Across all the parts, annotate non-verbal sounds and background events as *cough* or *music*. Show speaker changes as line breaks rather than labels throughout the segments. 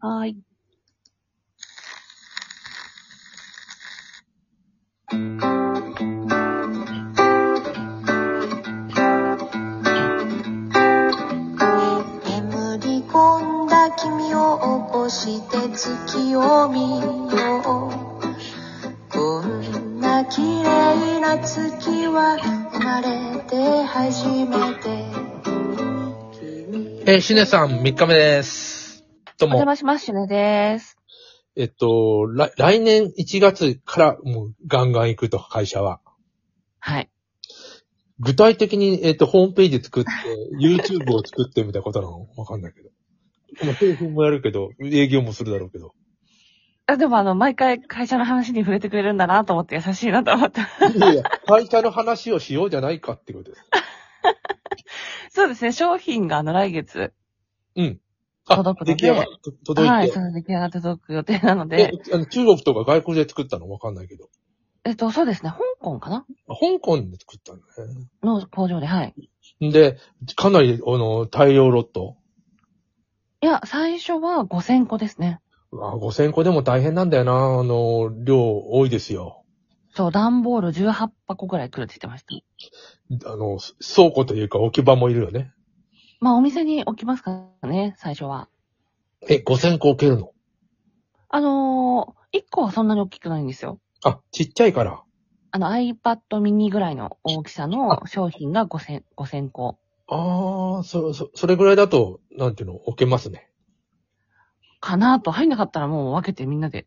はーい。
眠り込んだ君を起こして月を見ようこんな綺麗な月は生まれて初めて
えー、シュネさん、3日目です。どう
お邪
も。
魔します、しゅねです。
えっと、来来年1月からもうガンガン行くと、会社は。
はい。
具体的に、えっと、ホームページ作って、YouTube を作ってみたいなことなのわかんないけど。まあ、製品もやるけど、営業もするだろうけど。
あでもあの、毎回会社の話に触れてくれるんだなと思って優しいなと思った。
いやいや、会社の話をしようじゃないかってことです。
*laughs* そうですね、商品があの、来月、
うん。
届くので
出来上がっ届いて。
はい、その出来上がって届く予定なの
え
で、
あの中国とか外国で作ったのわかんないけど。
えっと、そうですね、香港かな
あ香港で作ったんだね。
の工場で、はい。
で、かなり、あの、大量ロット。
いや、最初は5000個ですね。
あ5000個でも大変なんだよな。あの、量多いですよ。
そう、段ボール18箱ぐらい来るって言ってました。
あの、倉庫というか置き場もいるよね。
まあ、お店に置きますからね、最初は。
え、5000個置けるの
あのー、1個はそんなに大きくないんですよ。
あ、ちっちゃいから。
あの iPad mini ぐらいの大きさの商品が5000、5000個。
ああ、そ、そ、それぐらいだと、なんていうの、置けますね。
かなと、入んなかったらもう分けてみんなで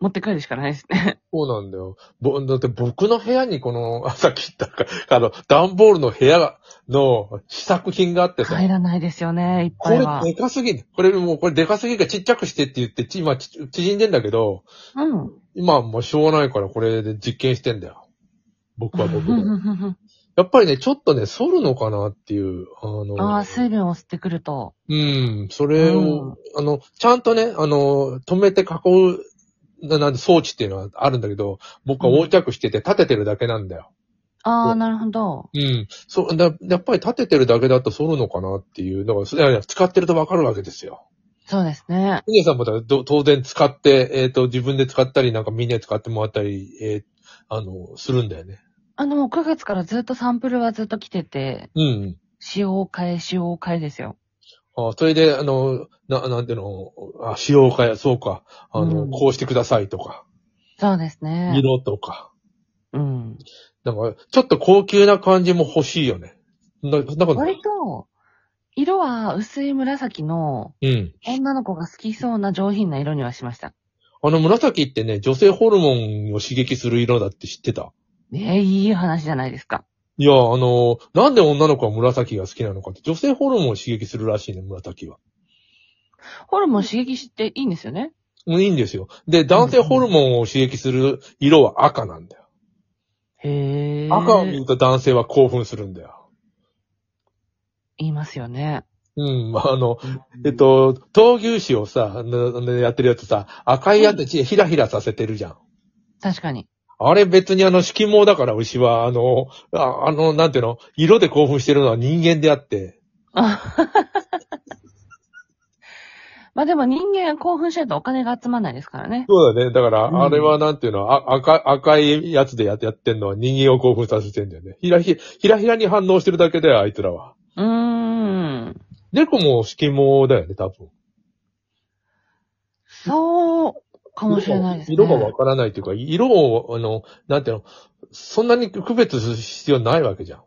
持って帰るしかないですね。
そうなんだよ。ぼ、だって僕の部屋にこの、あ、 *laughs* さっき言ったか、あの、段ボールの部屋が、の試作品があってさ、
入らないですよね、いっ
こ
ぱい
れ
は。
でかすぎる。これもう、これでかすぎるからちっちゃくしてって言って、ち、今ち、縮んでんだけど、
うん。
今はもうしょうがないからこれで実験してんだよ。僕は *laughs* 僕で。
あ
やっぱりね、ちょっとね、反るのかなっていう、あの、
あー、水分を吸ってくると。
うん、それを、あの、ちゃんとね、あの、止めて囲う、ななんで装置っていうのはあるんだけど、僕は横着してて立ててるだけなんだよ。
あ
そ
あ、
う
なるほど。
うん。そう、だやっぱり立ててるだけだと反るのかなっていう、だからそ、いやいや、使ってるとわかるわけですよ。
そうですね。
ミネさんもだど当然使って、えっ、と、自分で使ったり、なんかみんなに使ってもらったり、えーあの、するんだよね。
あの、9月からずっとサンプルはずっと来てて、
うんうん。
使用変え、使用変えですよ。
あそれで、あの、な、なんていうの、あ、使用かや、そうか、あの、
うん
こうしてくださいとか、
そうですね。
色とか、
うん。
なんか、ちょっと高級な感じも欲しいよね。な、そんなことない
割と、色は薄い紫の
うん。
女の子が好きそうな上品な色にはしました。
あの、紫ってね、女性ホルモンを刺激する色だって知ってた。
ねえ、いい話じゃないですか。
いや、あの、なんで女の子は紫が好きなのかって、女性ホルモンを刺激するらしいね、紫は。
ホルモン刺激していいんですよね。
うんいいんですよ。で、男性ホルモンを刺激する色は赤なんだよ。
へえ。
赤を見ると男性は興奮するんだよ。
言いますよね。
うん、まああの、えっと、闘牛士をさ、あのあのやってるやつさ、赤いやつ、ひらひらさせてるじゃん。
確
*laughs*
かに。
あれ別にあの、色毛だから牛は、あの、ああの、なんていうの、色で興奮してるのは人間であって、
まあでも人間興奮しないとお金が集まんないですからね。
そうだね。だか
うん
ら、あれはなんていうの、あ赤、赤いやつでやってやってんのは人間を興奮させてんだよね。ひらひ、ひらひらに反応してるだけだよ、あいつらは。
うーん。
猫も色毛だよね、多分。
そう、かもしれないですね。
色がわからないというか、色を、あの、なんていうの、そんなに区別する必要ないわけじゃん。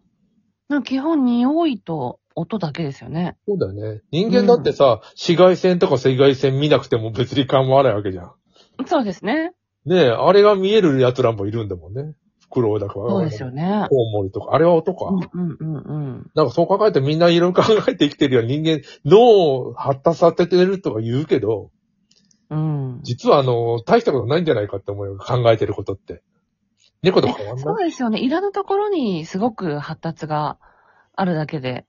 なんか基本匂いと音だけですよね。
そうだよね。人間だってさ、紫外線とか赤外線見なくても別に構わないわけじゃん。
そうですね。
ねえ、あれが見える奴らもいるんだもんね。フクロウだから。
そうですよね。
コウモリとか。あれは音か。
うんうんうんうん。
なんかそう考えてみんないろいろ考えて生きてるよ。人間、脳を発達させてるとか言うけど、
うん。
実はあの、大したことないんじゃないかって思うよ。考えてることって。猫と変わん
そ
ないう
ですよね。いらぬところにすごく発達があるだけで。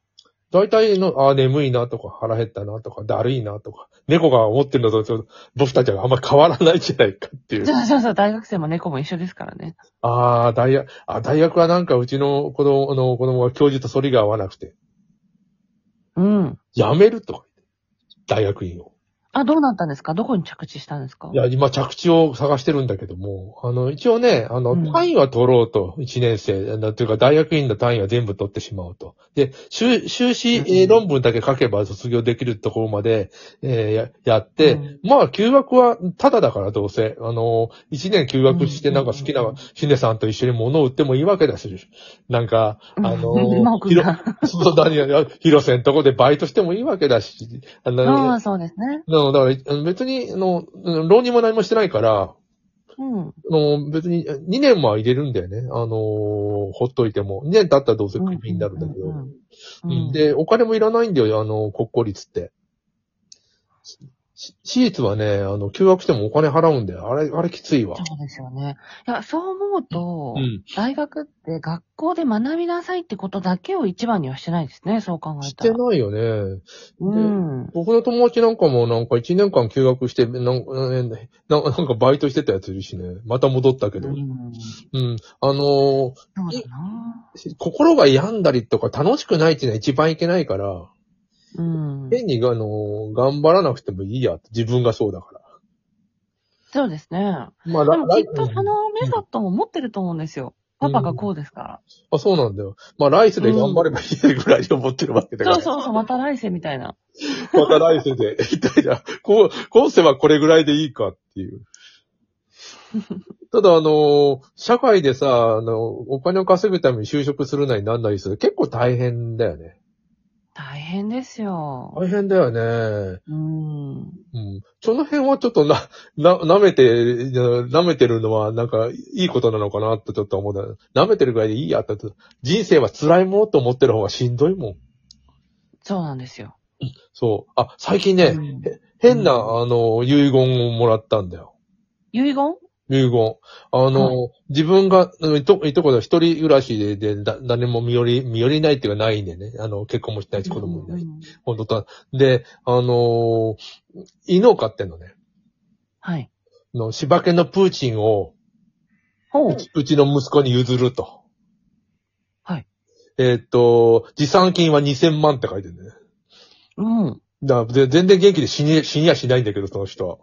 大体の、ああ、眠いなとか、腹減ったなとか、だるいなとか、猫が思ってるのとちょっと僕たちはあんま変わらないんじゃないかっていう。
そうそうそう、大学生も猫も一緒ですからね。
ああ、大学、あ、大学はなんかうちの子供あの子供は教授と反りが合わなくて、
うん。
辞めるとか言って、大学院を。
あ、どうなったんですかどこに着地したんですか
いや、今着地を探してるんだけども、あの、一応ね、あの、
うん
単位は取ろうと、1年生、なというか大学院の単位は全部取ってしまおうと。で、修修士えー
うん
論文だけ書けば卒業できるところまで、えーややって、
うん
まあ、休学はただだからどうせ、あの、1年休学して
うん
なんか好きなシネさんと一緒に物を売ってもいいわけだし、なんか、あの
うん文句が
そう、何や、広瀬のとこでバイトしてもいいわけだし、あの、
ああ、そうですね。
なのだから、あの別に、あの、浪人も何もしてないから、
うん。
あの別に2年は入れるんだよね。あのほっといても。2年経ったらどうせクビになるんだけ
う
ど。
ん
うんで、お金もいらないんだよ、あの、国公立って。し私立はね、あの、休学してもお金払うんだよ。あれ、あれきついわ
そ。うですよね。いや、そう思うと、
うん。
大学って学校で学びなさいってことだけを一番にはしてないですね、そう考え
したて
ら。
ないよね。
うん。
僕の友達なんかもなんか1年間休学して、なんか、えーななんかバイトしてたやついるしね。また戻ったけど。
う
うん。
ん
あの
そうだな。
心が病んだりとか楽しくないっていうのは一番いけないから、
うん。
変に、あの、頑張らなくてもいいや、自分がそうだか
そうですね。
ら。まあ、
でもきっ
う
と
ん
そのメソッドも持ってると思うんですよ。
うん
パパがこうですか。
あ、そうなんだよ。まあ、来世で頑張ればいいぐらいに思ってるわけだから
そう
ら。
そうそう、また来世みたいな。
また来世 *laughs* で、みたいな。こう、今世はこれぐらいでいいかっていう。ただ、あの、社会でさ、あの、お金を稼ぐために就職するなりなんなりする。結構大変だよね。
大変ですよ。
大変だよね。
うん。
うんその辺はちょっとな、な、舐めて、いや舐めてるのはなんかいいことなのかなってちょっと思うな。舐めてるぐらいでいいやって。人生は辛いものと思ってる方がしんどいもん。
そうなんですよ。
そう。あ、最近ね、
うん
変な、あ
う
の、遺言をもらったんだよ。
遺言
遺言。あの、自分が、うんいと、いとこで一人暮らしで、で、だ誰も身寄り、身寄りないっていうかないんでね。あの、結婚もしてないし、子供もいないし。
うん
本当だ。で、あの、犬を飼ってんのね。
はい。
の、柴犬のプーチンを、
ほう
う。ちうちの息子に譲ると。
はい。
えーっと、持参金は2000万って書いてるね。
うん。
だからぜ全然元気で死に、死にやしないんだけど、その人は。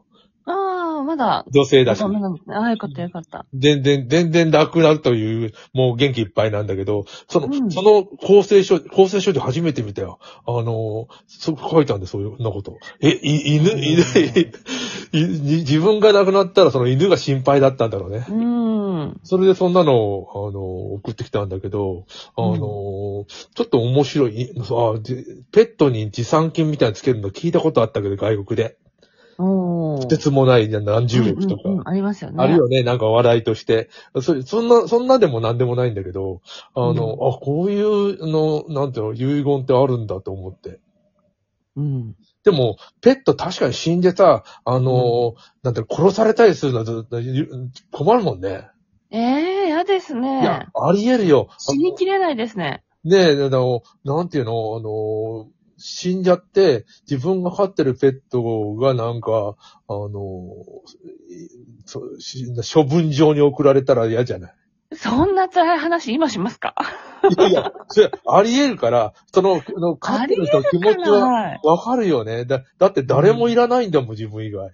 ああ、まだ、
女性だし
ダ。メなんですね。ああ、よかったよかった。
全然、全然楽なるという、もう元気いっぱいなんだけど、その、
うん
その、厚生書、厚生書で初めて見たよ。あの、そ、書いたんで、そういう、そんなこと。え、い、犬、
うん
犬、 *laughs* いに自分が亡くなったら、その犬が心配だったんだろうね。
うん。
それでそんなのを、あの、送ってきたんだけど、あの、
うん
ちょっと面白い、あでペットに持参金みたいにつけるの聞いたことあったけど、外国で。
お
と
ー
てつもない何十億とか。
うんうんうんありますよね。
あるよね、なんか笑いとして。そ、そんな、そんなでも何でもないんだけど、あの、
うん
あ、こういう、の、なんていうの、遺言ってあるんだと思って。
うん。
でも、ペット確かに死んでた、あの、なんていうの、殺されたりするのはず困るもんね。
ええー、嫌です
いや
ね。、
あり得るよ。
死にきれないですね。
ねえ、あの、なんていうの、あの、死んじゃって、自分が飼ってるペットがなんか、あの、そし処分場に送られたら嫌じゃない
そんな辛い話今しますか
いやいや、それあり得るから、その、あの飼ってる人の気持ちは
はい。
わかるよね。だ、だって誰もいらないんだもん、自分以外。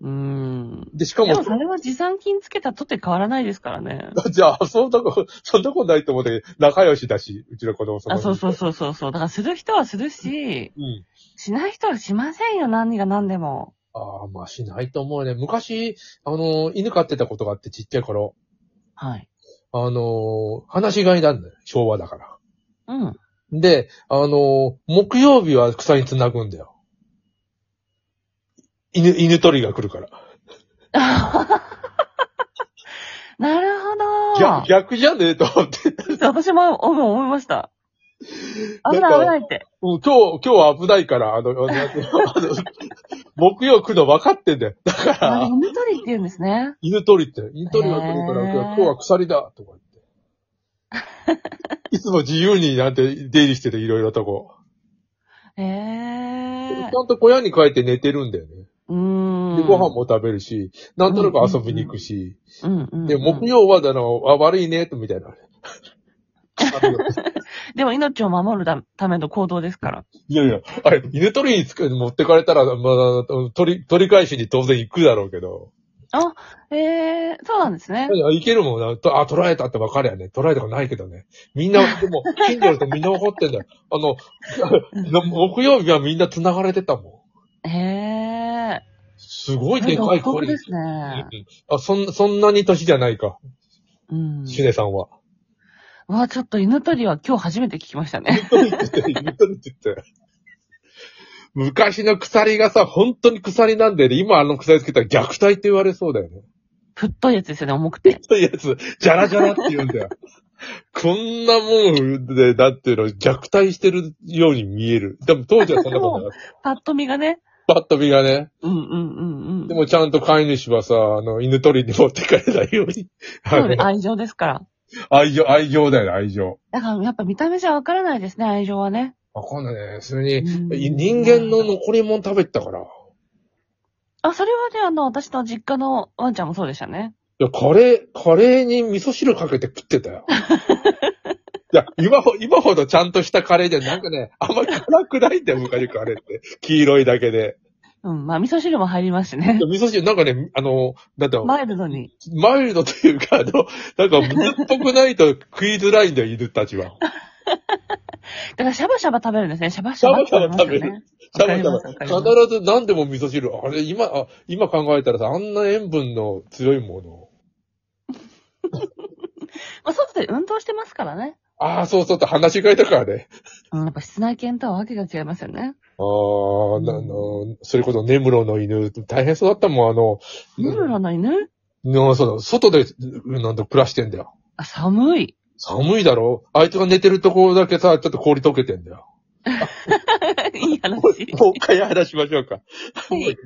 うん。
で、しか
で
も
も、それは持参金つけたとて変わらないですか
*laughs*
らね。
じゃあ、そんなこと、そんなことないと思って、仲良しだし、うちの子供様
あ、
に
そうそうそうそうそう。だからする人はするし、
うん。
しない人はしませんよ、何が何でも。
ああ、まあしないと思うね。昔、あの、犬飼ってたことがあってちっちゃい頃、
はい。
あの、話し飼いなんだよ。昭和だから。
うん。
で、あの、木曜日は草に繋ぐんだよ。犬、犬取りが来るから。
なるほ
逆、
ど。
逆じゃねえと思って。
私も思思いました。危ない危な
*laughs*
いって。
うん今日、今日は危ないから、あの、あのあの *laughs* 木曜来るの分かってんだよ。だか
あ
ら、
犬取りって言うんですね。
犬取りって、犬取りが来るから、
へー
今日は鎖だとか言って。いつも自由になんて出入りしてて、いろいろとこ。
ええ
ちゃんと小屋に帰って寝てるんだよね。
うーん。
で、ご飯も食べるし、なんとなく遊びに行くし、
うんうんうん。
で、木曜は、あの、あ、悪いね、みたいな。
でも命を守るたための行動ですから。
いやいや、あれ、犬取りにつく持ってかれたら、まあ、取り、取り返しに当然行くだろうけど。
ええー、そうなんですね。
いや行けるもんな。とあ、取られたって分かるやね。取られたことないけどね。みんな、で
*laughs*
も、近所の人みんな怒ってんだよ。あの、 *laughs* 木曜日はみんな繋がれてたもん。
へえ
すごい
ー。
でかい
こ
氷
れ。ですね。
うんあ、そん、そんなに年じゃないか。
うん。
シュネさんは。
うわ、ちょっと犬取りは今日初めて聞きましたね。 *laughs*
犬取りって *laughs* 言って、犬取りって言って。昔の鎖がさ、本当に鎖なんでね、今あの鎖つけたら虐待って言われそうだよね。
太いやつですよね、重くて。
というやつ、じゃらじゃらって言うん
*laughs*
だよ。こんなもんで、だっていうの、虐待してるように見える。でも当時はそんなことなかっ
パッと見がね。 *laughs*
た。バットビがね。
うんうんうんうん。
でもちゃんと飼い主はさ、あの、犬取りに持ってかれないように。
そうね
あの
愛情ですから。
愛情、愛情だよね、愛情。
だからやっぱ見た目じゃわからないですね、愛情はね。
わかんないね。それに、
うん
人間の残り物食べてたから。い
あ、それはね、あの、私の実家のワンちゃんもそうでしたね。
や、カレー、カレーに味噌汁かけて食ってた
*laughs*
よ。いや、今ほ、今ほどちゃんとしたカレーじゃ、なんかね、あんまり辛くないんだよ、昔カレーって。黄色いだけで。
うん、まあ、味噌汁も入りますしね
い。や味噌汁、なんかね、あの、なんだろう
マイルドに。
マイルドというか、あの、なんか水っぽくないと食いづらいんだよ、犬たちは。
だから、シャバシャバ食べるんですね。シャバシャバって言いますよね。
だか
わからります
必ず何でも味噌汁。あれ、今、あ今考えたらさ、あんな塩分の強いもの。
まあ、外で運動してますからね。
ああ、そうそうって話し合いだからね。
うん、やっぱ室内犬とはわけが違いますよね。
ああ、なあの、それこそ根室の犬、大変そうだったもん、あの、
ムルラの犬
なそうだ、外で、なんだ、暮らしてんだよ。
あ、寒い。 *laughs*
寒いだろあいつが寝てるところだけさ、ちょっと氷溶けてんだよ。
いい
*laughs* もう
話。
一回話しましょうか。
はい
はい